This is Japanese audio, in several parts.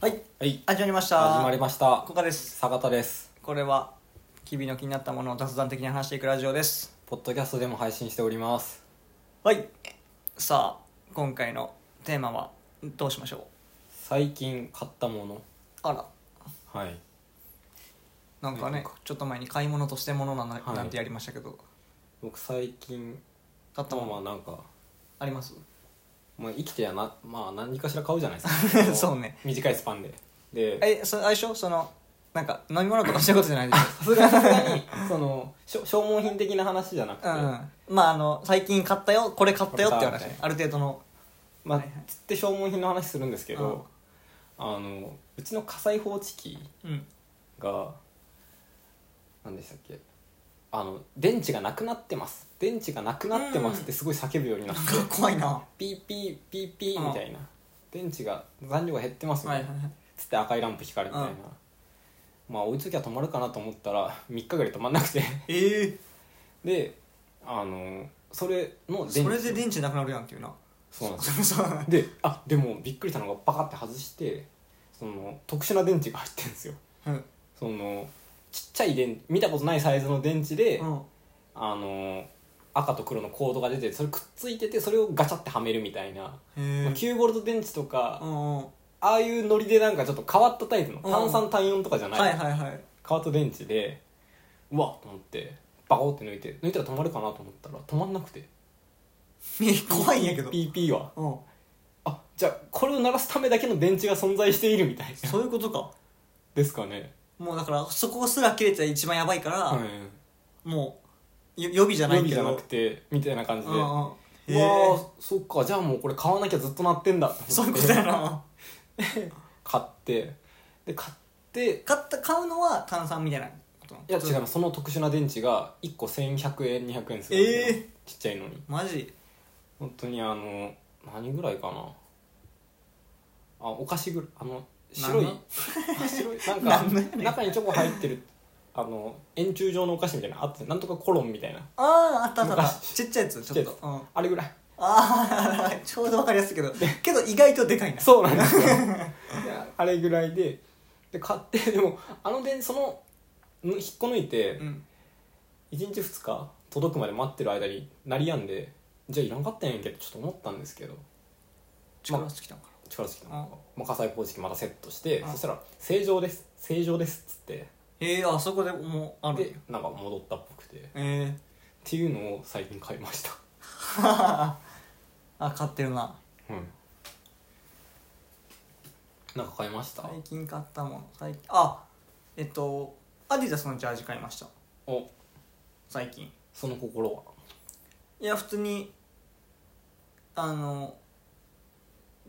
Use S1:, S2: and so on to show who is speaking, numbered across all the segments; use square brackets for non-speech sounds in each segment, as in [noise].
S1: はい
S2: 始まりました
S1: 始まりました
S2: ここです
S1: 坂田です
S2: これは日々の気になったものを雑談的に話していくラジオです
S1: ポッドキャストでも配信しております
S2: はいさあ今回のテーマはどうしましょ
S1: 最近買ったもの
S2: うあら
S1: はい
S2: なんかねちょっと前に買い物としてものなん,、
S1: はい
S2: なんてやりましたけど
S1: 僕最近
S2: 買った
S1: まあ
S2: も
S1: まあ
S2: の
S1: なんか、
S2: あります
S1: まあ、生きてやなまあ何かしら買うじゃないです
S2: [laughs]
S1: か
S2: そうね
S1: 短いスパンでで
S2: えそれ相性そのなんか飲み物とかそういうことじゃない
S1: [laughs]
S2: でし
S1: さすがさすがに [laughs] そのしょ消耗品的な話じゃなくて、
S2: ょうんまああの最近買ったよこれ買ったよって
S1: これ
S2: 話
S1: 買ったみたい
S2: ある程度の
S1: まあ、
S2: はいはい
S1: つって消耗品の話するんですけど、あのうちの火災報知器
S2: うん
S1: が何でしたっけあの電池がなくなってます電池がなくなってますってすごい叫ぶようになっ
S2: な
S1: て
S2: ん、か怖いなは
S1: ピーピーピーピ
S2: うん
S1: ーみたいな、電池が残量が減ってます
S2: い
S1: みた
S2: はいい
S1: な、
S2: はい
S1: つって赤いランプ光るみたいな、
S2: うん
S1: まあ追いつきは止まるかなと思ったら3日ぐらい止まんなくて [laughs]
S2: ええ
S1: であのそれの電池
S2: それで電池なくなるやんっていうな
S1: そうなんですよ
S2: そうなん
S1: であでもびっくりしたのがバカって外してその特殊な電池が入ってるんですよ
S2: うん
S1: そのちっちゃい電見たことないサイズの電池で、
S2: うん
S1: あの赤と黒のコードが出てそれくっついててそれをガチャってはめるみたいな、
S2: へ
S1: まあ
S2: え
S1: 9ボルト電池とか、
S2: うんうん
S1: ああいうノリでなんかちょっと変わったタイプ
S2: う
S1: の
S2: ん
S1: 単三単四とかじゃない、
S2: はいはいはい
S1: 変わった電池でうわっと思ってバコって抜いて抜いたら止まるかなと思ったら止まんなくて
S2: え怖いんや [laughs] けど
S1: PP は
S2: うん
S1: あじゃあこれを鳴らすためだけの電池が存在しているみたいな
S2: そういうことか
S1: ですかね
S2: もうだからそこすら切れちゃ一番やばいから、
S1: はい
S2: もうよ予備じゃ
S1: 予
S2: ない
S1: 備
S2: け
S1: じゃ
S2: ど
S1: なくてみたいな感じで
S2: うんうん
S1: うわ
S2: へえ
S1: ーそっかじゃあもうこれ買わなきゃずっと鳴ってんだと思って
S2: そういうことやな
S1: 買ってで買って
S2: 買った買うのは炭酸みたいなこと
S1: いや違いますその特殊な電池が1個1100円200円するんですよ、
S2: ええ
S1: ちっちゃいのに
S2: マジ
S1: 本当にあの何ぐらいかなあお菓子ぐらいあの白
S2: 何
S1: い
S2: の
S1: あ
S2: [laughs]
S1: 白いな
S2: 何のや
S1: んか
S2: ねん
S1: 中にチョコ入ってるあの円柱状のお菓子みたいなのあってなんとかコロンみたいな
S2: あああったあったあったちっちゃいやつちょっと
S1: ちっち
S2: うん、あ
S1: あれぐ
S2: [laughs]
S1: らい
S2: あ [laughs] ちょうどわかりやすいけどけど意外とでかいな
S1: そうなんですよいやあれぐらいでで買ってでもあの電そのぬ引っこ抜いて
S2: うん
S1: 1日2日届くまで待ってる間に鳴りやんでじゃあいらんかったんやんけってちょっと思ったんですけど
S2: 力つきたんか
S1: 力尽きたの
S2: あ
S1: か、まあ、火災報知器またセットして
S2: あ
S1: そしたら「正常です正常です」っつって
S2: なへえあそこでもうあるん
S1: で
S2: や
S1: なんか戻ったっぽくてっ
S2: ええ
S1: ていうのを最近買いました
S2: [laughs] あ買ってるな
S1: うんなんか買いました、
S2: 最近買ったもの最近あえっとアディダスのジャージ買いました
S1: お
S2: 最近
S1: その心はい
S2: や普通にあの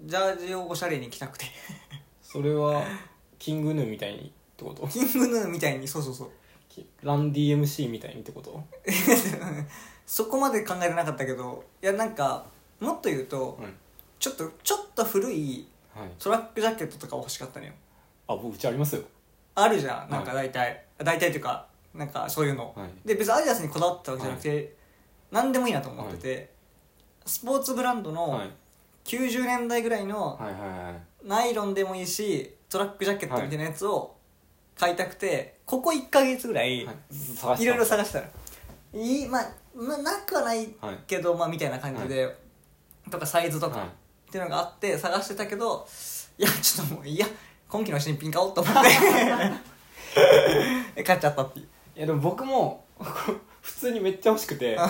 S2: ジャージをおしゃれに着たくて [laughs]
S1: それは [laughs] キングヌーみたいにってこと
S2: キングヌーみたいにそうそうそう [laughs]
S1: きラン DMC みたいにってこと
S2: そこまで考えてなかったけどいやなんかもっと言うと
S1: うん
S2: ちょっとちょっと古い
S1: はい
S2: トラックジャケットとか欲しかったのよ
S1: あ僕うちありますよ
S2: あるじゃんなんか大体、大体というかなんかそういうの、
S1: はい
S2: で別にアディダスにこだわったわけじゃなくて、何でもいいなと思ってて、スポーツブランド
S1: は
S2: の
S1: い
S2: 90年代ぐらいの
S1: はいはいはい
S2: ナイロンでもいいしトラックジャケットみたいなやつを買いたくてここ1か月ぐらい、
S1: はい
S2: い、
S1: 探した
S2: ろいろ探したらいい、まあ、まあなくはない
S1: はい
S2: けど、まあみたいな感じで、とかサイズとか、
S1: はい
S2: っていうのがあって探してたけどいやちょっともういや今期の新品買おうと思って [laughs] 買っちゃったっていう
S1: いやでも僕も [laughs] 普通にめっちゃ欲しくてあ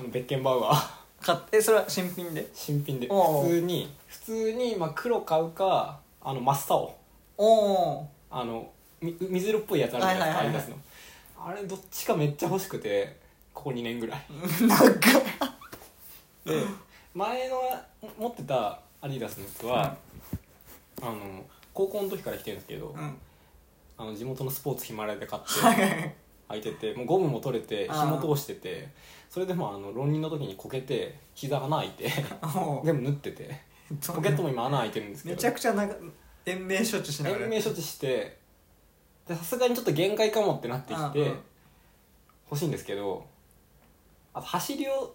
S1: のベッケンバウアー
S2: 買ってそれは新品で
S1: 新品で
S2: おう
S1: 普通に普通に、まあ、黒買うかあの真っ青
S2: おお
S1: あのみ水色っぽいやつあるじゃないです
S2: は
S1: か
S2: い
S1: ア
S2: はいは
S1: イダ
S2: い
S1: スのあれどっちかめっちゃ欲しくてここ2年ぐらい
S2: なんか
S1: で [laughs] 前の持ってたアディダスのやつは、あの高校の時から着てるんですけど、
S2: うん
S1: あの地元のスポーツヒマラヤで買って
S2: はい
S1: 履いててもうゴムも取れて
S2: あー
S1: 紐通しててそれでもあの浪人の時にこけて膝が穴開い
S2: [laughs]
S1: て
S2: お
S1: 全部縫っててポケットも今穴開いてるんですけど
S2: めちゃくちゃなんか延命処置しながら
S1: 延命処置してでさすがにちょっと限界かもってなってき
S2: うんう
S1: て
S2: ん
S1: 欲しいんですけどあと走りを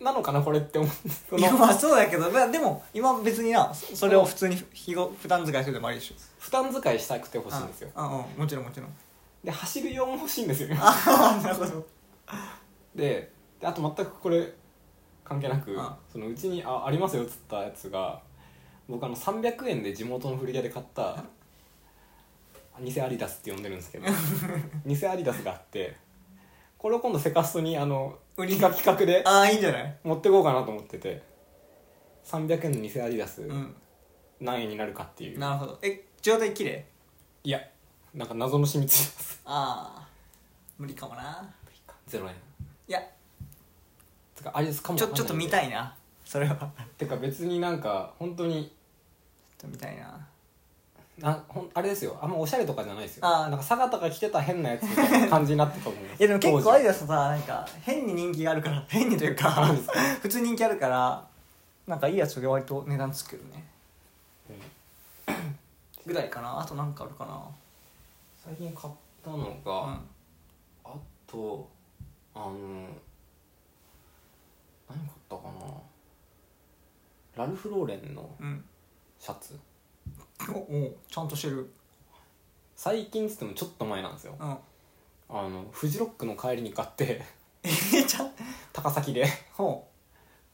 S1: なのかなこれって思ってそ
S2: いや
S1: の
S2: まあそうだけど、まあ、でも今別になそそれを普通に日ご普段使いするでもありでしょ
S1: 負担使いしたくて欲しいんですよ
S2: ああうんもちろんもちろん
S1: で走る用も欲しいんですよ
S2: ああなるほど
S1: でであと全くこれ関係なく
S2: あ
S1: そのうちにあありますよっつったやつが僕あの300円で地元の古着屋で買った偽アリダスって呼んでるんですけ
S2: [laughs]
S1: ど偽アリダスがあってこれを今度セカストにあの
S2: 売り
S1: 企画企画で
S2: ああいいんじゃない
S1: 持ってこうかなと思ってて300円の偽アリダス
S2: うん
S1: 何円になるかっていう、
S2: なるほどえ状態綺麗
S1: いやなんか謎の秘密です
S2: ああ無理かもな
S1: 0円
S2: いや
S1: つかアリダスかも
S2: ちょちょっと見た
S1: い
S2: いなそれはちょって
S1: か別になんか本当に
S2: と見たいな
S1: なほんあれですよあんまおしゃれとかじゃないですよ
S2: あー
S1: なんか坂田が着てた変なやつみたいな感じになってたと思う
S2: いやでも結構アイダ
S1: す
S2: スさなんか変に人気があるから変にというか
S1: そうです
S2: 普通に人気あるからなんかいいやつが割と値段つくよねぐらいかなあとなんかあるかな
S1: 最近買ったのが、
S2: うん
S1: あとあの何買ったかなラルフ・ローレンの
S2: うん
S1: シャツ
S2: おおちゃんとしてる
S1: 最近っつってもちょっと前なんですよ
S2: うん [laughs]
S1: あのフジロックの帰りに買って [laughs]
S2: えちゃん
S1: 高崎で
S2: ほう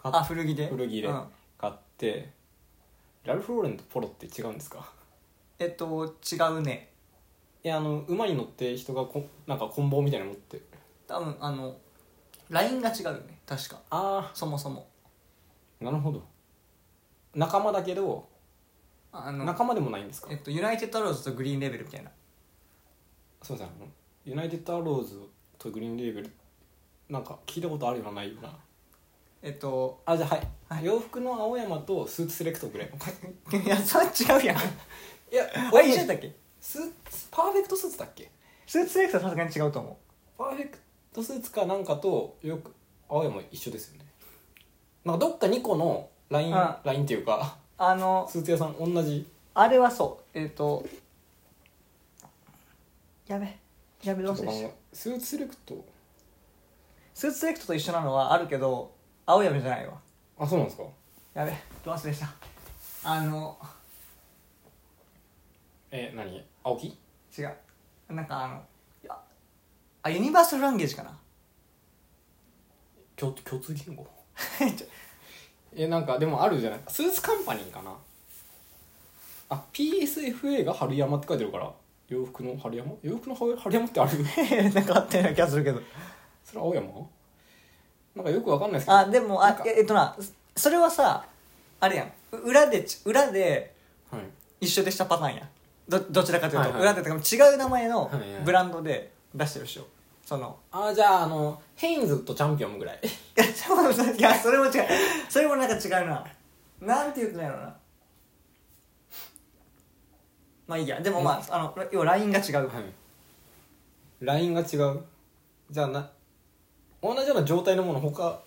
S1: 買っ
S2: あ古着で
S1: 古着で
S2: うん
S1: 買ってラルフ・ローレンとポロって違うんですか
S2: えっと違うね
S1: いやあの馬に乗って人がこなんか棍棒みたいなの持って
S2: 多分あのラインが違うよね確か
S1: あ
S2: そもそも
S1: あなるほど仲間だけど
S2: あの
S1: 仲間でもないんですか
S2: えっとユナイテッドアローズとグリーンレベルみたいな
S1: すいませんあのユナイテッドアローズとグリーンレーベルなんか聞いたことあるようなないような
S2: えっと [laughs]
S1: あじゃあはい、
S2: はい
S1: 洋服の青山とスーツセレクトぐらい
S2: いやそれ違う [laughs] やん
S1: いや
S2: あ一緒だっけ
S1: スーツパーフェクトスーツだっけ
S2: スーツセレクトはさすがに違うと思
S1: パーフェクトスーツかなんかとよく青山一緒ですよねなんかどっか2個のライン
S2: あ
S1: ラインっていうか
S2: うあの
S1: スーツ屋さん同じ
S2: あれはそうえっ、とやべやべどうし
S1: ちょっと
S2: て
S1: 考えスーツセレクト
S2: スーツセレクトと一緒なのはあるけど青やめじゃないわ
S1: あそうなんですか
S2: やべどうしでしたあの
S1: え何青木
S2: 違うなんかあのいやあユニバーサルランゲージかな
S1: 共共通言語
S2: [laughs] ちょ
S1: えなんかでもあるじゃないスーツカンパニーかなあ PSFA が春山って書いてるから洋服の春山洋服の春春山ってあ
S2: [laughs]
S1: る [laughs]
S2: なんかあったような気がするけど
S1: それ青山なんかよくわかんないですけど
S2: あでも
S1: なん
S2: あ
S1: か
S2: ええっとなそそれはさあれやんう裏でち裏で
S1: はい
S2: 一緒でしたパターンやどどちらかというと、
S1: はいはい
S2: 裏でとか違う名前の
S1: はいはい
S2: ブランドで出してるでしょその
S1: あじゃああのヘインズとチャンピオンぐらい
S2: い
S1: [laughs]
S2: やでもいやそれも違うそれもなんか違うななんて言うとないのなまあいいやでもまああの要はラインが違う、
S1: はいラインが違うじゃあな同じような状態のもの他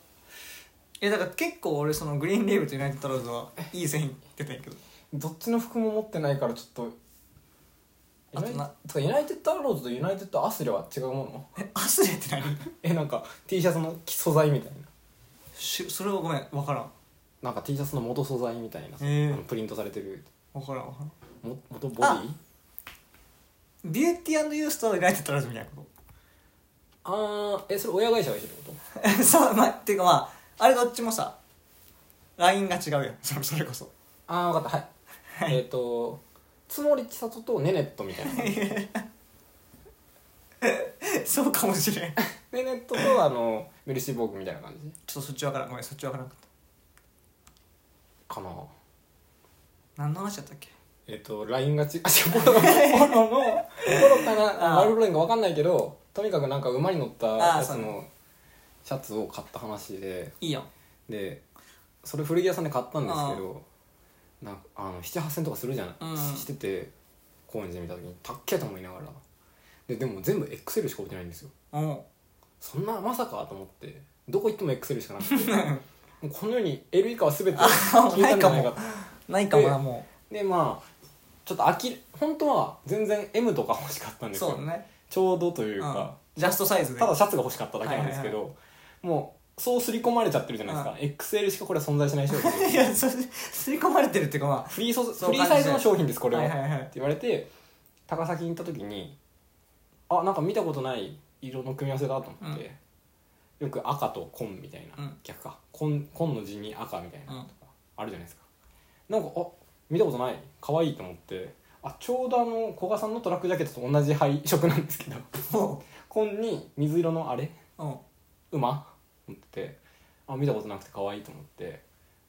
S2: えだから結構俺そのグリーンレーブとユナイテッドローズはいい線いってたんやけど
S1: どっちの服も持ってないからちょっと
S2: あとな
S1: つかユナイテッドアローズとユナイテッドアスレは違うもの [laughs]
S2: えアスレって何
S1: えなんか T シャツの素材みたいな
S2: しそれはごめん分からん
S1: なんか T シャツの元素材みたいな、
S2: へー
S1: あのプリントされてる
S2: 分からん分からん
S1: も元ボディ
S2: ビューティーユースとユナイテッドラズみたいなこ
S1: ああーえそれ親会社が一緒ってこと
S2: と [laughs] そうまあっていうかまああれどっちもさラインが違う
S1: [laughs]
S2: やんそれそれこそ
S1: ああ分かったはい、えっ、と津森千里とネネットみたいな [laughs] ネ
S2: [laughs] そうかもしれんちょっ
S1: ネットとあのメルシーボーグみたいな感じ
S2: とそっち分からんごめんそっち分からんかっ
S1: かな
S2: た何の話だったっけ
S1: えっ、と LINE がちあ違うポロのポロのポロか
S2: あー
S1: なワルフロレンか分かんないけどとにかくなんか馬に乗った
S2: あ
S1: や
S2: ー
S1: つ
S2: そう
S1: のシャツを買った話で
S2: [laughs] いいよ
S1: でそれ古着屋さんで買ったんですけどなんかあの7 8千とかするじゃない、
S2: うん
S1: してて高円寺で見た時にたっけえと思いながらででも全部 XL しか置いてないんですよ
S2: うん
S1: そんなまさかと思ってどこ行っても XL しかな
S2: [laughs]
S1: くてもうこのように L 以下は全て消えたんじゃないかと
S2: ないかもなも
S1: でまあちょっと飽き本当は全然 M とか欲しかったん
S2: う
S1: ですよ
S2: そうね
S1: ちょうどという
S2: うん
S1: か、
S2: ジャストサイズで
S1: ただシャツが欲しかっただけなんですけど、もうそう刷り込まれちゃってるじゃないですか XL しかこれは存在しない商品で
S2: [laughs]
S1: す
S2: いやそ吸り込まれてるっていうかま
S1: フリーソ
S2: そう
S1: フリーサイズの商品ですこ
S2: あ
S1: れは,、
S2: はいは
S1: っ
S2: い
S1: て
S2: はい
S1: 言われて高崎に行った時にあなんか見たことない色の組み合わせだと思って、よく赤と紺みたいな、
S2: うん
S1: 逆か紺紺の字に赤みたいな
S2: うん
S1: とかあるじゃないですか、なんかあ見たことない可愛いと思ってあちょうどあの古賀さんのトラックジャケットと同じ配色なんですけど
S2: も
S1: 紺に水色のあれ
S2: ううん
S1: 馬思ってあ見たことなくて可愛いと思って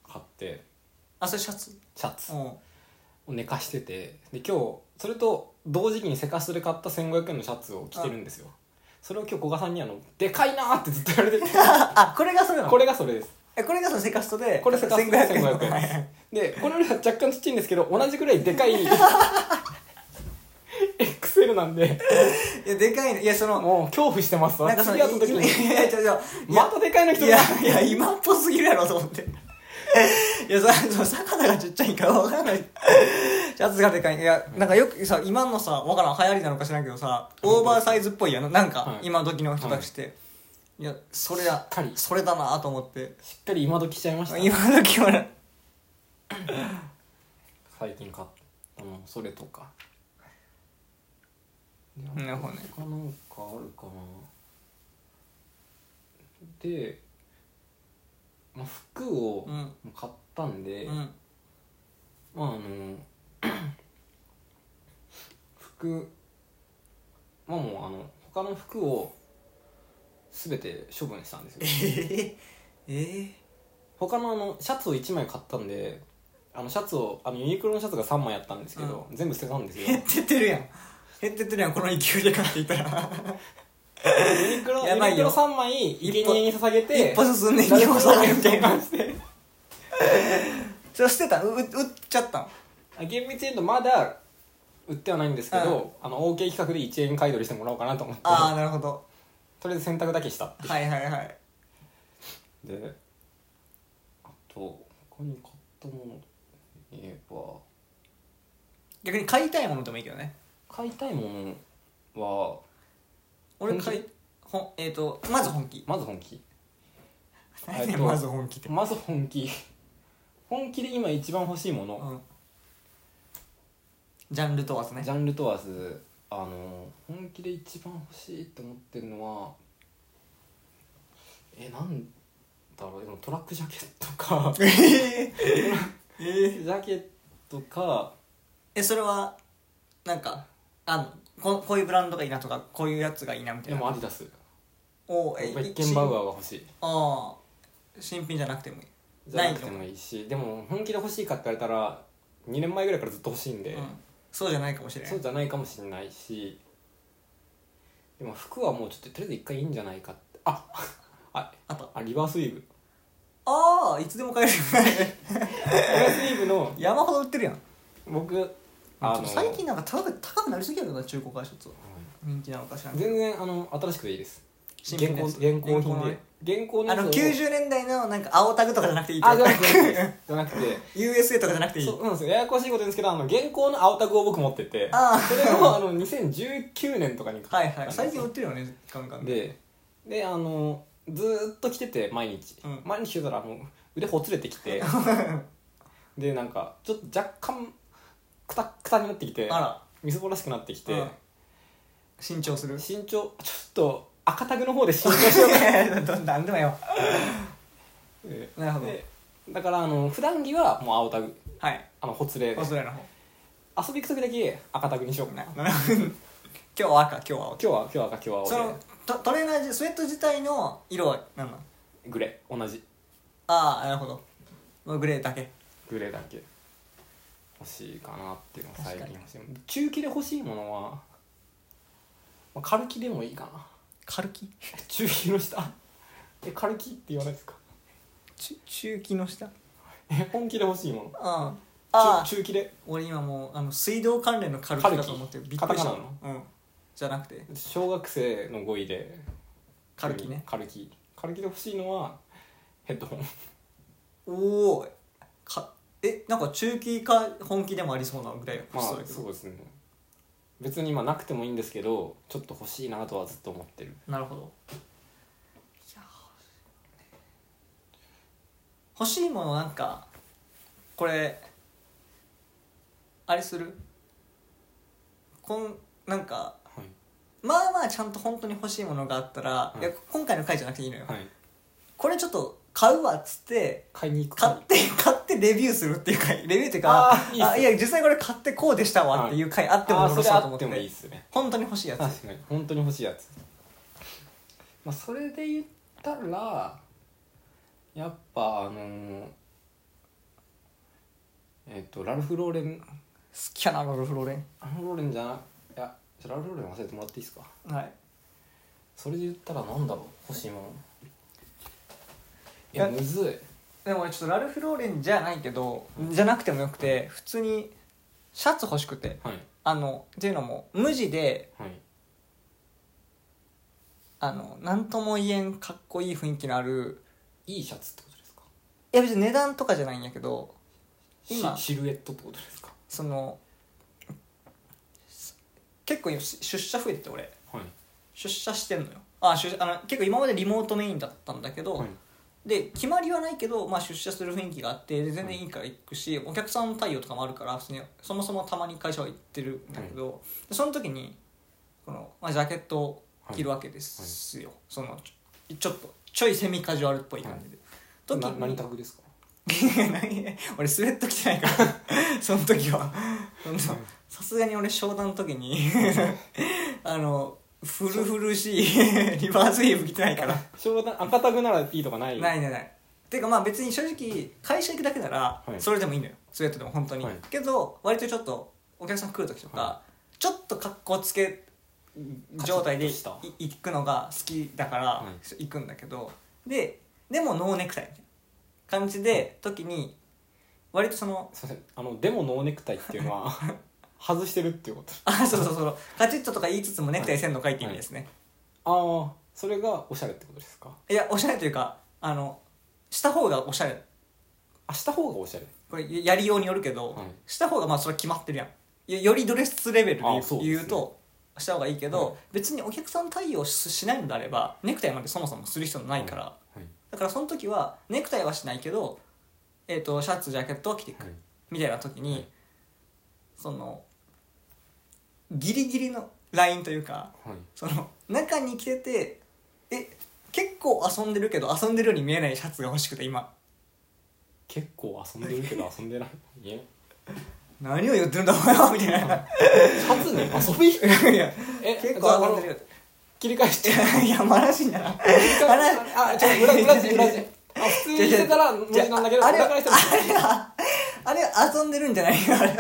S1: 買って
S2: あそれシャツ
S1: シャツ
S2: うん
S1: [laughs]
S2: は
S1: 寝かしててで今日それと同時期にセカストで買った1500円のシャツを着てるんですよそれを今日古賀さんにあの「でかいな!」ってずっと言わ
S2: [laughs]
S1: れてて
S2: あこれがそれなの
S1: これがそれです
S2: えこれがそのセカストで
S1: これセカスト
S2: 1500
S1: で1500
S2: はい
S1: 円ですでこれよりは若干ちっちゃいんですけど同じくらいでかい [laughs] XL なんで
S2: いやでかいねいやその
S1: もう恐怖してます
S2: な
S1: わ
S2: んかその
S1: 次会った時
S2: い
S1: に
S2: やいやいやいや
S1: またでかいの来
S2: い [laughs]
S1: てる
S2: やいや今っぽすぎるやろと思っていやさ [laughs] その魚がちっちゃいから分からないシャツがでかいいやなんかよくさ今のさ分からん流行りなのか知らんけどさオーバーサイズっぽいやんなんか、
S1: はい
S2: 今時の人たちって、い、やそれだ
S1: っかり
S2: それだなと思って
S1: しっかり今時しちゃいました
S2: 今時は
S1: 最近買ったのそれとか
S2: なるほどね
S1: 他なんかあるかなで、まあ、服を
S2: うん
S1: 買ったんで、
S2: うん
S1: まああの [coughs] 服まあもうあの他の服を全て処分したんですよ
S2: えー、えー、
S1: 他のあのシャツを1枚買ったんであのシャツをあのユニクロのシャツが3枚あったんですけど、全部捨てたんですよ
S2: 減ってってるやん減ってってるやんこの勢いで買っていたら
S1: ユニクロ
S2: や
S1: ユ
S2: ばい
S1: ニ
S2: よ
S1: クロ3枚生贄に捧げて
S2: 一歩進んで二歩下がるみたいな
S1: [laughs] して
S2: それ捨てたうう売っちゃったん
S1: 厳密に言うとまだ売ってはないんですけ
S2: うん
S1: ど、あの OK 企画で1円買い取りしてもらおうかなと思って
S2: ああなるほど
S1: とりあえず洗濯だけしたって
S2: はいはいはい
S1: であと他に買ったものといえば
S2: 逆に買いたいものでもいいけどね
S1: 買いたいものは
S2: 俺
S1: 本気
S2: 買いほんえっ、とまず本気
S1: まず本気
S2: 何
S1: え
S2: で
S1: っと
S2: まず本気って、
S1: まず本気本気で今一番欲しいも
S2: [laughs]
S1: の、
S2: うん、ジャンル問わ
S1: [laughs]
S2: ずね
S1: ジャンル問わずあの本気で一番欲しいと思ってるのはえなんだろうでもトラックジャケットかジ
S2: えー、えー、
S1: ャケットか
S2: えそれはなんかあのここういうブランドがいいなとかこういうやつがいいなみた
S1: で
S2: いな
S1: もアディダス
S2: お
S1: ベッケンバウアー
S2: あ
S1: が欲しい
S2: あー新品じゃなくてもいい
S1: じゃなくてもいいしでも本気で欲しいかって言われたら2年前ぐらいからずっと欲しいんで、
S2: うん、そうじゃないかもしれない
S1: そうじゃないかもしれないしでも服はもうちょっととりあえず一回いいんじゃないかってああ
S2: あと
S1: あリバースイー
S2: [laughs]
S1: ブ
S2: ああいつでも
S1: [laughs]
S2: 買える
S1: リバースイーブの
S2: 山ほど売ってるやん
S1: 僕あの
S2: 最近なんか高く高くなりすぎやけどな中古会社と
S1: は
S2: 人気なのかしらん
S1: い
S2: けど
S1: 全然あの新しくていいです
S2: 新
S1: 現
S2: 品のや
S1: 行
S2: つ
S1: 現行
S2: 現行の
S1: 品
S2: ね
S1: で現行の
S2: あ
S1: やつ
S2: の
S1: を
S2: 90年代のなんか青タグとかじゃなくていいって [laughs]
S1: あじゃなくてじゃなくて
S2: USA とかじゃなくていい
S1: そうなんですよややこしいこと言うんですけどあの現行の青タグを僕持ってて
S2: あ
S1: それをあの2019年とかに買った
S2: はいはい
S1: んです
S2: 最近売ってるよねカンカン
S1: でであのずーっと着てて毎日、
S2: うん
S1: 毎日着てたらあの腕ほつれてき
S2: [laughs]
S1: てでなんかちょっと若干くたくたになってきて
S2: あら
S1: みすぼらしくなってきて、
S2: うん新調する
S1: 身長ちょっと赤タグの方で身長
S2: [laughs]
S1: しようかな
S2: 何でもよ
S1: え
S2: なるほ
S1: ー
S2: ど
S1: でだからあの普段着はもう青タグ
S2: はい
S1: あのほつれで
S2: おそらいの方
S1: 遊び行く時だけ赤タグにしようかな今
S2: なる [laughs] ほど今日は赤今日は青
S1: 日は今日は赤今日は
S2: そ
S1: 青
S2: のトトレーナーじスウェット自体の色は何なの
S1: でグレー同じ
S2: ああなるほどもうグレーだけ
S1: グレーだけ欲しいかなっていうのが最
S2: 確かに
S1: 近欲しい中期で欲しいものは、まあ、軽気でもいいかな
S2: 軽き
S1: 中期の下え軽気って言わないですか
S2: 中中期の下
S1: え本気で欲しいもの
S2: あ
S1: 中
S2: あ
S1: 中期で
S2: 俺今もうあの水道関連の軽きだと思って
S1: カルキ
S2: びっくりした
S1: カタカ
S2: うんじゃなくて
S1: 小学生の語彙で
S2: 軽きね
S1: 軽気軽気で欲しいのはヘッドホン
S2: おおかえなんか中期か本気でもありそうなぐらいの
S1: まあ
S2: そうだけど
S1: そうですね別に今なくてもいいんですけどちょっと欲しいなとはずっと思ってる
S2: なるほどいやー欲しいものなんかこれあれするこんなんか
S1: はい
S2: まあまあちゃんと本当に欲しいものがあったら、
S1: い
S2: い、や今回の回じゃなくていいのよ、
S1: はい
S2: これちょっと買うわっつって
S1: 買いに行く
S2: 買って [laughs] 買ってレビューするっていう回レビューっていうか
S1: あーいいっす
S2: あいや実際これ買ってこうでしたわっていう回あっても
S1: あー
S2: よ
S1: そ
S2: ろし
S1: れ
S2: い
S1: あ
S2: と思っ
S1: っ
S2: てて
S1: もいいっすね
S2: 本当に欲しいやつ
S1: 確かに本当に欲しいやつ、まあ、それで言ったらやっぱあのーえっ、とラルフ・ローレン
S2: スキャナーのフローレン
S1: ラルフ・ローレンじゃないいやちょラルフ・ローレン忘れてもらっていいですか
S2: はい
S1: それで言ったらなんだろう欲しいものい
S2: い
S1: や
S2: や
S1: むずい
S2: でも俺ちょっとラルフ・ローレンじゃないけどじゃなくてもよくて普通にシャツ欲しくて
S1: はい
S2: あのっていうのも無地で
S1: はい
S2: あの何とも言えんかっこいい雰囲気のある
S1: いいシャツってことですか
S2: いや別に値段とかじゃないんやけど
S1: し
S2: 今
S1: シルエットってことですか
S2: その結構今し出社増えてて俺
S1: はい
S2: 出社してんのよあ出社あの結構今までリモートメインだったんだけど、
S1: はい
S2: で決まりはないけど、まあ、出社する雰囲気があってで全然いいから行くし、お客さんの対応とかもあるから普通にそもそもたまに会社は行ってるんだけど、でその時にこの、まあ、ジャケットを着るわけですよ、そのちょちょっとちょいセミカジュアルっぽい感じで。時
S1: な
S2: に
S1: 何タグですか
S2: いや何 [laughs] 俺スウェット着てないから [laughs] その時はそのさすがに俺商談の時に [laughs] あのフルフルしい [laughs] リバースウェーブ着てないから
S1: 商談赤タグならいいとかない
S2: ないないないていうかまあ別に正直会社行くだけなら
S1: はい
S2: それでもいいのよ、スウェットでも本当に、
S1: はい
S2: けど割とちょっとお客さん来る時とか、
S1: は
S2: ちょっと格好つけ状態でい
S1: カチッとし
S2: 行くのが好きだから
S1: はい
S2: 行くんだけど、ででもノーネクタイみたいな感じで時に割とその
S1: すいませんあのでもノーネクタイっていうの [laughs] は外してるっていうこと
S2: あそうそうそうカチッととか言いつつもネクタイせんのかいって意味ですね、
S1: ああそれがおしゃれってことですか
S2: いやおしゃれというかあのした方がおしゃれ
S1: あした方がおしゃれ
S2: これやりようによるけど、
S1: はい
S2: した方がまあそれは決まってるやんよよりドレスレベルで言う
S1: あそうですね
S2: 言うとした方がいいけど、
S1: はい
S2: 別にお客さん対応ししないのであればネクタイまでそもそもする人ないから、
S1: はい
S2: だからその時はネクタイはしないけど、えー、とシャツジャケットは着ていく
S1: はい
S2: みたいな時に、
S1: はい
S2: そのギリギリのラインというか
S1: はい
S2: その中に着ててえ結構遊んでるけど遊んでるように見えないシャツが欲しくて今
S1: 結構遊んでるけど遊んでないいや
S2: 何を言ってるんだお前はみたいな。
S1: シャツに遊び
S2: [laughs] いや
S1: え
S2: 結
S1: じゃあ
S2: 構遊んでるよ
S1: [laughs] 切り返して
S2: いやいやマラシンだな話
S1: あちょ裏裏地裏地 [laughs] あ普通にしてたら無理なんだけど
S2: じゃあ
S1: 裏返しても
S2: あれはあれは遊んでるんじゃないよあれは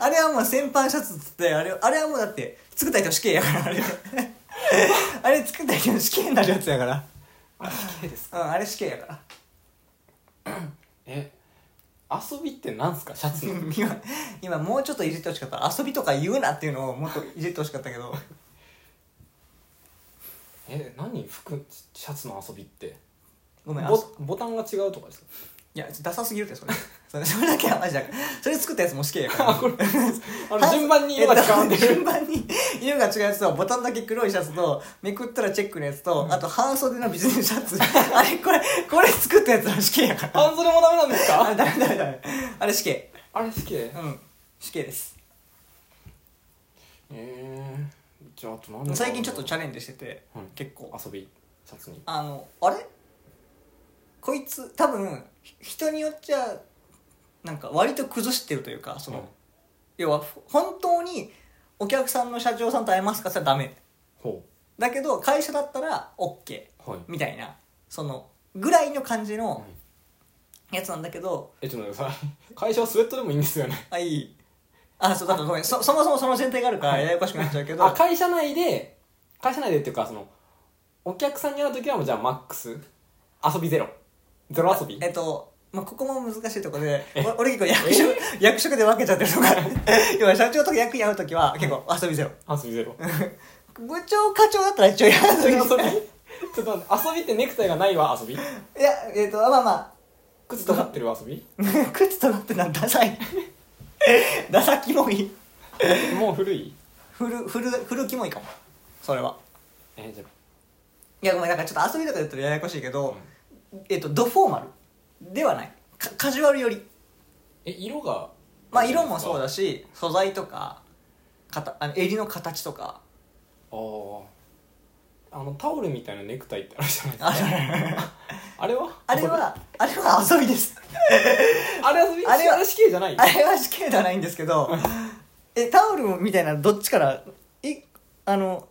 S2: あれはもう先般シャツっつってあれあれはもうだって作った人死刑やからあれあれ作った人死刑になるやつやから
S1: あ綺麗ですか
S2: うんあれ死刑やから
S1: え遊びってなんすかシャツの [laughs]
S2: 今今もうちょっといじってほしかった遊びとか言うなっていうのをもっといじってほしかったけど
S1: え何服シャツの遊びって
S2: ごめんあ
S1: ボボタンが違うとかですか
S2: いやダサすぎるってそれそれそれだけはマジだからそれ作ったやつも死刑やから
S1: あこれ
S2: [laughs]
S1: あの順番に色が違うんで
S2: えっと
S1: [laughs]
S2: 順番に色が違うやつとボタンだけ黒いシャツとめくったらチェックのやつとあと半袖のビジネスシャツ [laughs] あれこれこれ作ったやつの死刑やから
S1: 半袖もダメなんです
S2: あ
S1: か
S2: れダメダメダメあれ死刑
S1: あれ好きで
S2: うん死刑です
S1: えー、じゃああと何だ
S2: 最近ちょっとチャレンジしてて、
S1: はい
S2: 結構
S1: 遊びシャツに
S2: あのあれこいつ多分ひ人によっちゃなんか割と崩してるというかその、
S1: はい
S2: 要はほ本当にお客さんの社長さんと会えますかって言ったらダメ
S1: ほ
S2: だけど会社だったら OK
S1: うはい
S2: みたいなそのぐらいの感じの
S1: はい
S2: やつなんだけど、
S1: えちょっと待ってください [laughs] 会社はスウェットでもいいんですよね
S2: あいいあそうだからごめんそそもそもその前提があるからややこしくなっちゃうけど
S1: あ会社内で会社内でっていうかそのお客さんに会う時はもうじゃあマックス遊びゼロゼロ遊び
S2: えっと、まあ、ここも難しいとこでお俺結構役職役職で分けちゃってると [laughs] か要は社長とか役に会う時は結構遊びゼロ
S1: 遊びゼロ
S2: [laughs] 部長課長だったら一応や
S1: そ
S2: 遊び
S1: れ遊
S2: [laughs]
S1: び
S2: ゼロ
S1: ちょっと待って遊びってネクタイがないわ遊び
S2: いやえっとまあま
S1: 靴とかってるわ遊び
S2: あ [laughs] 靴とかってなんダ [laughs] サいダサキモい
S1: もう古い
S2: 古古古キモいかもそれは
S1: えじゃ
S2: いやごめんなんかちょっと遊びとか言ったらややこしいけど、
S1: あ
S2: えっとドフォーマルではないかカジュアルより
S1: え色が
S2: まあ色もそうだ
S1: し
S2: し素材とかかたあの襟の形とか
S1: あーあのタオルみたいなネクタイってあるじゃないです
S2: あ
S1: か
S2: [laughs]
S1: あれは
S2: あれはあれは遊びです
S1: あれは
S2: あれは
S1: 死刑じゃない
S2: あれは死刑ではないんですけどえタオルみたいなどっちからえあの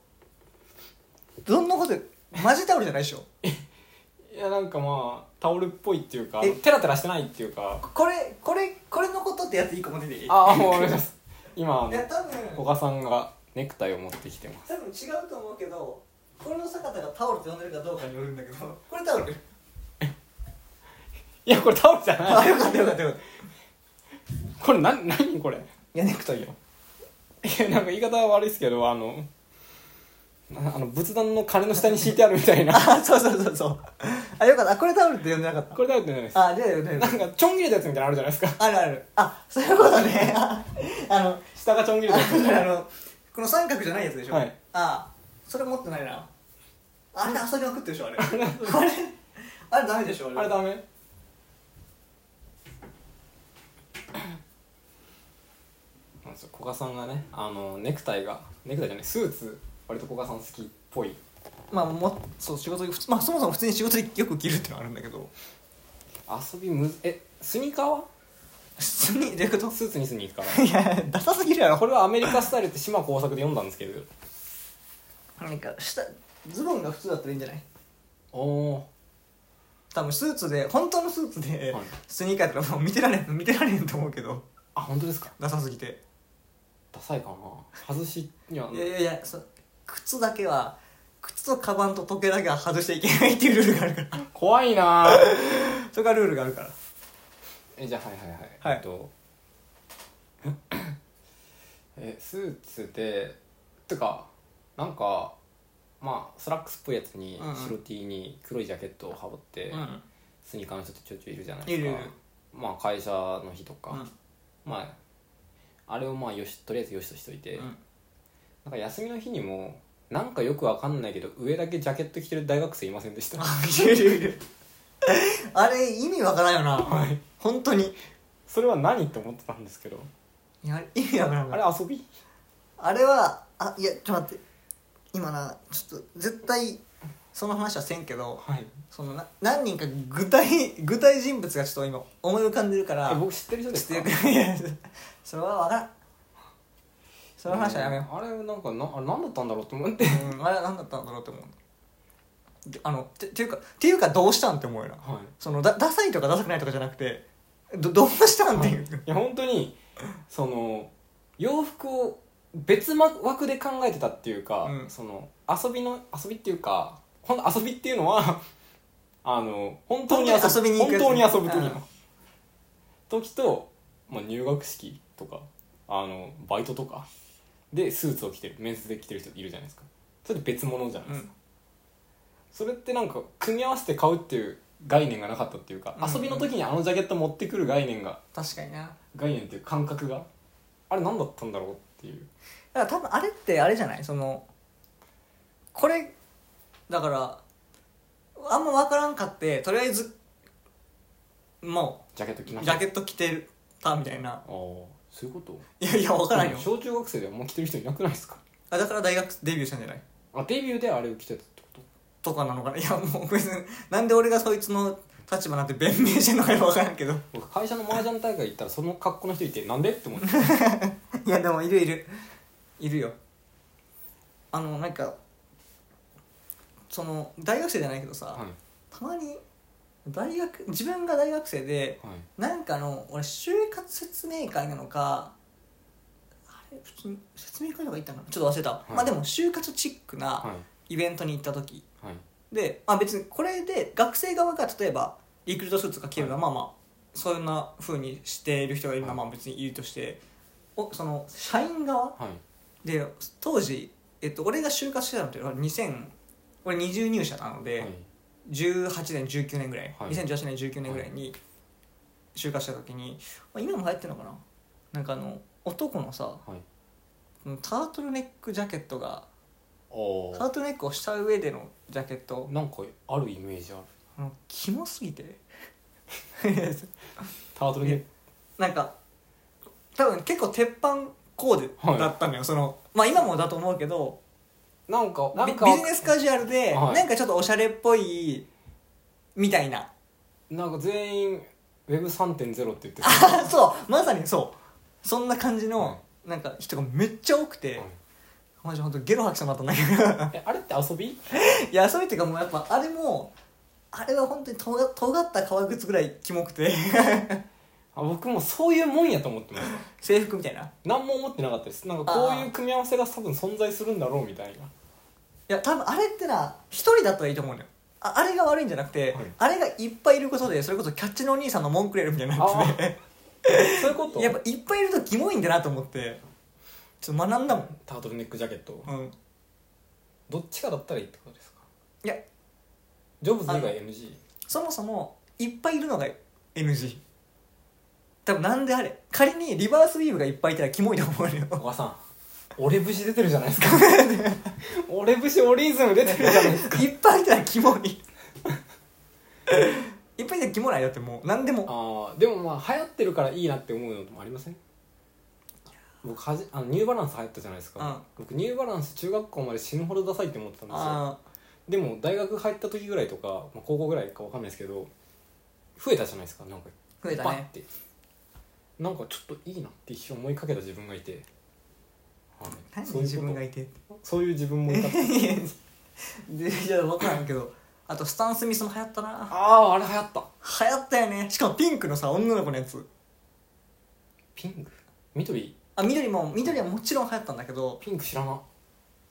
S2: どんなことマジタオルじゃないでしょ
S1: いやなんかまあタオルっぽいっていうか
S2: え
S1: テラテラしてないっていうか
S2: これこれこれのことってやつ一個も出ていい
S1: あ [laughs] あもうお願いします今あの
S2: いや多
S1: 古
S2: 分
S1: 賀さんがネクタイを持ってきてます
S2: 多分違うと思うけどこれの坂田がタオルって呼んでるかどうかによるんだけど [laughs] これタオル
S1: いやこれタオルじゃ
S2: あ
S1: ない
S2: よかったよかったよかった
S1: これ何何これ
S2: いやネクタイよ
S1: いやなんか言い方は悪いですけどあのなあの仏壇の鐘の下に敷いてあるみたいな [laughs]
S2: あそうそうそうそうあよかったあこれタオルって呼んでなかった
S1: これタオルじゃないです
S2: あじゃあよかったよか
S1: な
S2: っ
S1: んかちょん切れたやつみたいなのあるじゃないですか
S2: たあるあるあそういうことね [laughs] ああの
S1: 下がちょん切れたやつ
S2: ああのこの三角じゃないやつでしょ、
S1: はい
S2: あそれ持ってないなあれ遊びまくってるでしょあ [laughs] れあれあれダメでしょあれ
S1: あれダメなんですよ古賀さんがねあのネクタイがネクタイじゃないスーツ割と古賀さん好きっぽい
S2: まあもうそう仕事で普通まあそもそも普通に仕事でよく着るってのはあるんだけど
S1: 遊びむずえスニーカーは
S2: 普通に [laughs] どういうこと
S1: スーツにスニーカー
S2: いやダサすぎるやろ
S1: これはアメリカスタイルって島工作で読んだんですけど
S2: なんか下ズボンが普通だったらいいんじゃない
S1: おお
S2: 多分スーツで本当のスーツで
S1: はい
S2: スニーカーとかもう見てられん見 [laughs] てられへんと思うけど
S1: あ本当ですか
S2: ダサすぎて
S1: ダサいかな外しにはい
S2: やいやいやそ靴だけは靴とカバンと時計だけは外しちゃいけないっていうルールがあるから
S1: 怖いなー
S2: それがルールがあるから
S1: えじゃあはいはいはい、
S2: はい
S1: えっとえスーツでてかなんかまあスラックスっぽいやつに
S2: うんうん
S1: 白 T に黒いジャケットを羽織って、
S2: うん
S1: スニーカーの人ってちょいちょいいるじゃないですか
S2: いるいる
S1: まあ会社の日とか、
S2: うん
S1: まああれをまあよしとりあえずよしとしといて、
S2: うん
S1: なんか休みの日にもなんかよくわかんないけど上だけジャケット着てる大学生いませんでした
S2: あいるいるいるあれ意味わからんよな、
S1: はい
S2: 本当に
S1: それは何って思ってたんですけど
S2: いやあれ意味わからん
S1: あれ
S2: あれ
S1: 遊び
S2: あれはあいやちょっと待って今なちょっと絶対その話はせんけど
S1: はい
S2: そのな何人か具体具体人物がちょっと今思い浮かんでるから
S1: え僕知ってる人で
S2: ちょっと
S1: すか
S2: よくいやそれはわからんその話はやめよ
S1: うんあれなんかなあれ何だったんだろうと思って [laughs]
S2: う、うん、あれは何だったんだろうって思うであのてていうかていうかどうしたんって思うよな
S1: はい
S2: そのだダサいとかダサくないとかじゃなくてどどうしたんっていう、
S1: いや本当にその洋服を別枠で考えてたっていうか、
S2: うん
S1: その遊びの遊びっていうかほん遊びっていうのは [laughs] あの本当に遊
S2: 本当に遊びに行く
S1: 本
S2: やつ
S1: 当に遊ぶ時の、
S2: うん
S1: 時と、まあ、入学式とかあのバイトとかでスーツを着てる面接で着てる人いるじゃないですかそれって別物じゃないですか、それってなんか組み合わせて買うっていう概念がなかったっていうか、
S2: うん
S1: 遊びの時にあのジャケット持ってくる概念が
S2: 確かにな
S1: 概念っていう感覚があれ何だったんだろうっていう
S2: だから多分あれってあれじゃないそのこれだからあんま分からんかってとりあえずも
S1: ジャケット着ま
S2: う
S1: し
S2: ジ
S1: た
S2: ャケット着てたみたいな
S1: ああそういうこと
S2: いやいや分からん
S1: で
S2: よ
S1: も小中学生ではもう着てる人いなくないですか
S2: あだから大学デビューしたんじゃない
S1: あデビューであれを着てたってこと
S2: とかなのかないやもう別になんで俺がそいつの立場なんて弁明してんのかよ分からんけど
S1: 僕会社の麻雀大会行ったらその格好の人いてなんでって思って
S2: いやでもいるいるいるよあのなんかその大学生じゃないけどさ、
S1: はい
S2: たまに大学自分が大学生で
S1: はい
S2: なんかの俺就活説明会なのかあれ普通に説明会とか行ったのかなちょっと忘れた、
S1: い
S2: まあでも就活チックな
S1: は
S2: イベントに行った時、
S1: いはい
S2: で、まあ、別にこれで学生側が例えばリクルートスーツが着るのはまあまあそんなふうにしている人がいるのはまあ別にいるとしておその社員側
S1: はい
S2: で当時、えっと、俺が就活してたのって2000俺二重入社なので、
S1: はい
S2: 18年19年ぐらい、
S1: はい
S2: 2018年19年ぐらいに就活した時に、まあ、今も流行ってるのかななんかあの男のさ
S1: はい
S2: タートルネックジャケットが
S1: お
S2: タートルネックをした上でのジャケット
S1: なんかあるイメージある
S2: あのキモすぎて [laughs]
S1: タートルネック
S2: なんか多分結構鉄板コーデだったのよ、そのまあ今もだと思うけど
S1: なんか
S2: ビ
S1: なんか
S2: ビジネスカジュアルで、
S1: はい
S2: なんかちょっとおしゃれっぽいみたいな
S1: なんか全員 Web3.0 って言ってた
S2: あ [laughs] そうまさにそうそんな感じの、なんか人がめっちゃ多くて、
S1: うん
S2: マジ本当ゲロ吐きそうになったんだけ
S1: えあれって遊び [laughs]
S2: どいやそういうっていうかもうやっぱあれもあれは本当にとが尖った革靴ぐらいキモくて [laughs]
S1: あ僕もそういうもんやと思ってました
S2: 制服みたいない
S1: 何も思ってなかったですなんかこういう組み合わせが多分存在するんだろうみたい
S2: [laughs]
S1: な
S2: や多分あれってな一人だったらいいと思うのよああれが悪いんじゃなくて、
S1: はい
S2: あれがいっぱいいることでそれこそキャッチのお兄さんの文句れるみたいになってて
S1: そういう
S2: [laughs]
S1: こと
S2: やっぱいっぱいいるとキモいんだなと思ってちょっと学んだもん
S1: タートルネックジャケット、
S2: うん
S1: どっちかだったらいいってことですか
S2: いや
S1: ジョブズ以外 NG
S2: そもそもいっぱいいるのが NG 多分なんであれ仮にリバースウィーブがいっぱいいたらキモいと思うのよ
S1: お [laughs] 母さん俺節出てるじゃない
S2: [laughs]
S1: ですか俺節オリズム出てるじゃないですか
S2: いっぱいいたらキモい [laughs] いっぱいいたらキモないだってもう何でも
S1: あーでもまあ流行ってるからいいなって思うのもありません僕はじあのニューバランス流行ったじゃないですか、僕ニューバランス中学校まで死ぬほどダサいって思ってたんですよ
S2: あ
S1: でも大学入った時ぐらいとか、まあ、高校ぐらいかわかんないですけど増えたじゃないですかなんか
S2: ー増えた
S1: バッ
S2: ね
S1: てなんかちょっといいなって一瞬思いかけた自分がいて、はい
S2: 何
S1: そうい
S2: 自
S1: うこ
S2: 分が
S1: と
S2: いて
S1: そういう自
S2: [laughs]
S1: 分もいた
S2: でじゃあ分からんけどあとスタン・スミスも流行ったな
S1: あああれ流行った
S2: 流行ったよねしかもピンクのさ女の子のやつ
S1: ピンク緑
S2: あ緑も緑はもちろん流行ったんだけど
S1: ピンク知らない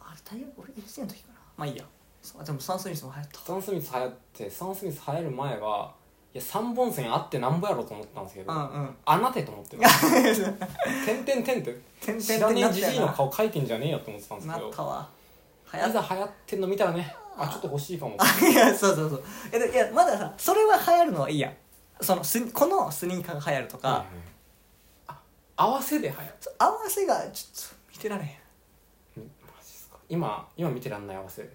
S2: あれ大学俺1年の時かなまあいいやそうでもサンスミスも流行った
S1: スタン・スミス流行ってスタン・スミス流行る前はいや3本線あってなんぼやろと思ってたんですけど、
S2: うんうん
S1: あなてと思ってる
S2: [laughs]
S1: てんてんてんって
S2: てんて
S1: 知
S2: ん
S1: ら
S2: てん
S1: ね
S2: な
S1: え
S2: っ
S1: じ
S2: た
S1: じいの
S2: よ
S1: 顔描いてんじゃねえよと思ってたんです
S2: なな
S1: け
S2: っ
S1: ど
S2: たわ
S1: い
S2: 流行っ
S1: ざ流行ってんの見たらねあちょっと欲しいかも
S2: たいや [laughs] そうそうそういやでいやまださそれは流行るのはいいやんそのスこのスニーカーが流行るとか、
S1: あ合わせで流行る
S2: そう合わせがちょっと見てられへん
S1: マジですか今今見てらんない合わせ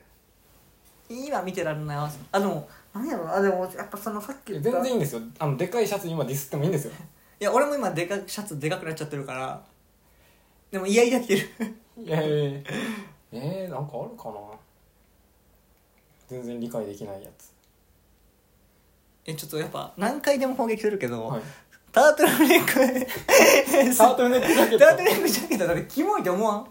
S2: 今見てられない合わせあでも何やろあでもやっぱそのさっき言
S1: 全
S2: った
S1: 然いい
S2: い
S1: んですよあのでかいシャツ今ディスってもいいんですよ
S2: や俺も今でかくシャツでかくなっちゃってるからでもいやいや着てる [laughs]
S1: いやいやいやえー、なんかあるかな全然理解できないやつ
S2: えちょっとやっぱ何回でも砲撃するけど、
S1: はい
S2: タートルネック
S1: [laughs] タートルネックジャケット
S2: タートル [laughs] ネックジャケットだってキモいと思わん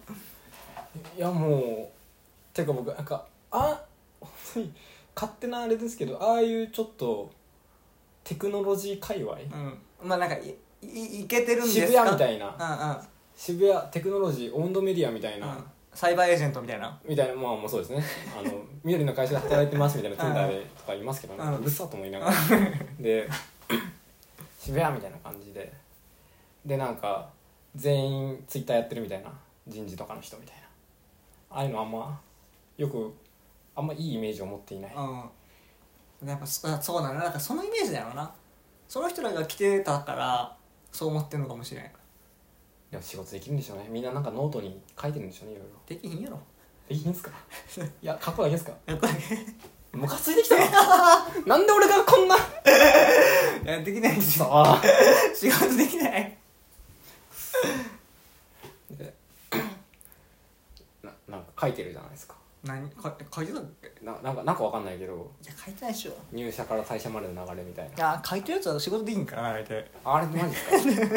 S1: いやもうてか僕なんかあ本当に勝手なあれですけどああいうちょっとテクノロジー界隈
S2: うん、まあなんかいいいけてるんですか
S1: 渋谷みた
S2: い
S1: いな
S2: なうんうん
S1: 渋谷テクノロジーオウンドメディアみたいな、
S2: うんサイバーエージェントみたいな
S1: みたいなまあもうそうです [laughs] ねあの緑の会社で働いてますみたいな Tinder でとかいますけどね
S2: うん
S1: うるさと思いながらで [coughs] 渋谷みたいな感じででなんか全員ツイッターやってるみたいな人事とかの人みたいなああいうのあんまよくあんまいいイメージを持っていない
S2: うんやっぱそあそうだななんかそのイメージだよなその人らが来てたからそう思ってるのかもしれん
S1: でも仕事できるんでしょうねみんななんかノートに書いてるんでしょうねいろいろ
S2: できひんやろ
S1: できるん [laughs] ですかいやかっこいいですか
S2: やっぱり [laughs]
S1: ムカついてきたな [laughs] なんで俺がこんな
S2: いやできないし
S1: さあ
S2: [laughs] 仕事できない
S1: ななんか書いてるじゃないですか
S2: 何か書いてたっけい
S1: ななんかなんかわかんないけど
S2: や書いてないでしょ
S1: 入社から退社までの流れみたいな
S2: あ書いてるやつは仕事できんからな大体
S1: あれマジですか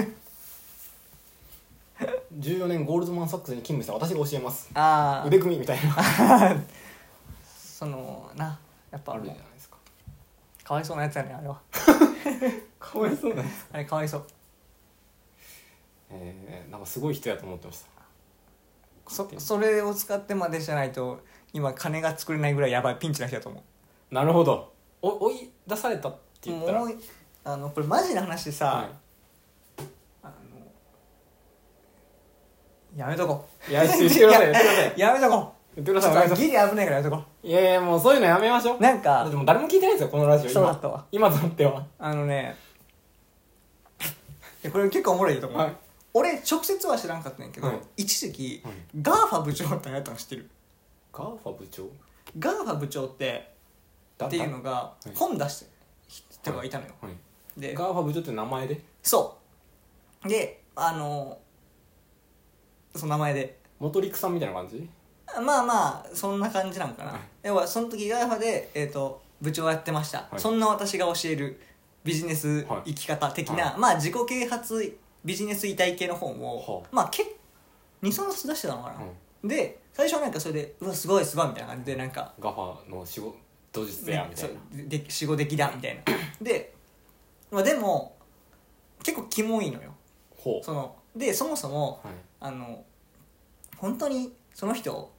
S1: 14年ゴールドマン・サックスに勤務した私が教えます
S2: ああ
S1: 腕組みみたいな
S2: そのなやっぱ
S1: あるじゃないですか
S2: かわいそうなやつやねあれは
S1: かわいそうなやつ
S2: あれかわいそう
S1: えー、なんかすごい人やと思ってました
S2: そそれを使ってまでじゃないと今金が作れないぐらいやばいピンチな人だと思う
S1: なるほどお追い出されたって言ったら
S2: もうあのこれマジな話でさ、
S1: は
S2: あのやめとこ
S1: い、いや言ってください言ってください
S2: やめとこ
S1: 言って
S2: ちょ
S1: くだ
S2: っ
S1: さいお願い
S2: と
S1: します
S2: ギリ危ないからやめとこ
S1: いやいやもうそういうのやめましょう
S2: なん
S1: だって
S2: か
S1: もう誰も聞いてないんですよこのラジオ
S2: そうだったわ
S1: 今今となっては
S2: あのね [laughs] いやこれ結構おもろいと思う、
S1: はい
S2: 俺直接は知らんかったんやけど、
S1: はい
S2: 一時期、
S1: はい
S2: ガーファ部長って流行ったの知ってる
S1: ガーファ部長
S2: ガーファ部長って
S1: だ
S2: っていうのが
S1: はい
S2: 本出してる人がいたのよ、
S1: はい
S2: で
S1: ガーファ部長って名前で
S2: そうであのその名前で
S1: 元陸さんみたいな感じ
S2: まあまあそんな感じなんかな、
S1: はい
S2: 要はその時ガイファで、えー、と部長をやってました、
S1: はい
S2: そんな私が教えるビジネス
S1: は
S2: 生
S1: い
S2: き方的な、
S1: は
S2: まあ自己啓発ビジネス遺体系の本を、
S1: はあ
S2: まあ結23冊出してたのかな、で最初はなんかそれでうわすごいすごいみたいな感じでなんか
S1: ガーファの仕事術やみたいな
S2: そうで死後的だみたい
S1: [coughs]
S2: なで、まあ、でも結構キモいのよ
S1: ほう
S2: そのでそもそも
S1: はい
S2: あの本当にその人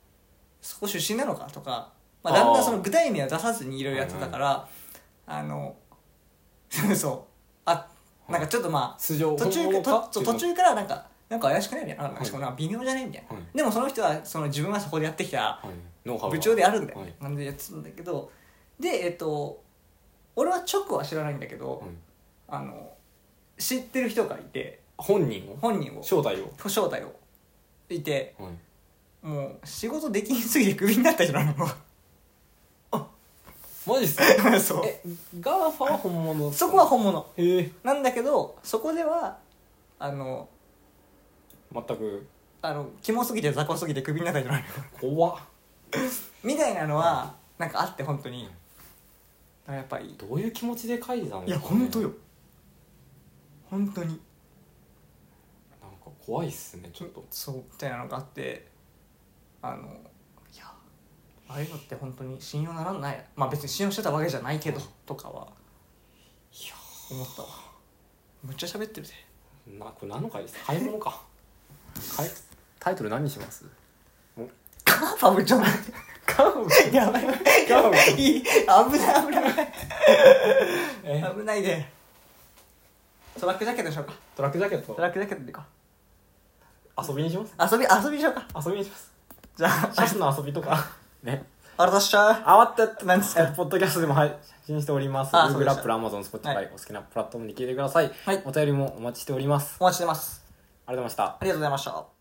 S2: そこ出身なのかとか、まあ、
S1: あー
S2: だんだんその具体名を出さずにいろいろやってたから、あの [laughs] そうあなんかちょっとま
S1: 素性
S2: あ途中
S1: 本物
S2: と
S1: か
S2: そう途中からなんかなんか怪しくないみたいななん
S1: は
S2: か
S1: い
S2: しかもなんか微妙じゃないみたいな、
S1: はい
S2: でもその人はその自分はそこでやってきた
S1: はいノウハウが
S2: 部長であるんだよ、
S1: はい
S2: なんでやってたんだけどでえっと俺は直は知らないんだけど、
S1: はい
S2: あの知ってる人がいて
S1: 本人を
S2: 本人を
S1: 正体を
S2: 正体をいて、
S1: はい
S2: もう仕事できんすぎてクビになった人なのも
S1: マジっす
S2: [laughs]
S1: か
S2: う [laughs] そう
S1: えガーファは本物っすか
S2: そこは本物
S1: へえ
S2: なんだけどそこではあの
S1: 全く
S2: あのキモすぎて雑魚すぎてクビになった人なのよ
S1: 怖っ
S2: みたいなのはなんかあって本当にあやっぱり
S1: どういう気持ちで書いてたの
S2: いや本当よ本当に
S1: なんか怖いっすねちょっと
S2: そうみたいなのがあってあのいやああいうのって本当に信用ならないまあ別に信用してたわけじゃないけどとかはい
S1: や
S2: 思ったわむっちゃ喋ってるで
S1: なこれ何の回です買い物か買いタイトル何にします
S2: カーパ部長なんて
S1: ガー
S2: [laughs]
S1: フ
S2: やば [laughs] い
S1: ガーフ
S2: いい危ない危ない
S1: え
S2: 危ないでトラックジャケットにしようか
S1: トラックジャケット
S2: トラックジャケットでいこ
S1: 遊びにします
S2: う遊び遊びしようか
S1: 遊びにします
S2: じゃあ
S1: シャスの遊びとかね
S2: あらたっしゃ
S1: あわったって
S2: なんですか
S1: えーポッドキャストでも配信しております
S2: あそう
S1: Google
S2: で
S1: ア
S2: した
S1: ップル Amazon Spotify、
S2: はい
S1: お好きなプラットフォームに聞いてください、
S2: はい
S1: お便りもお待ちしております
S2: お待ちしてます
S1: ありがとうございました
S2: ありがとうございました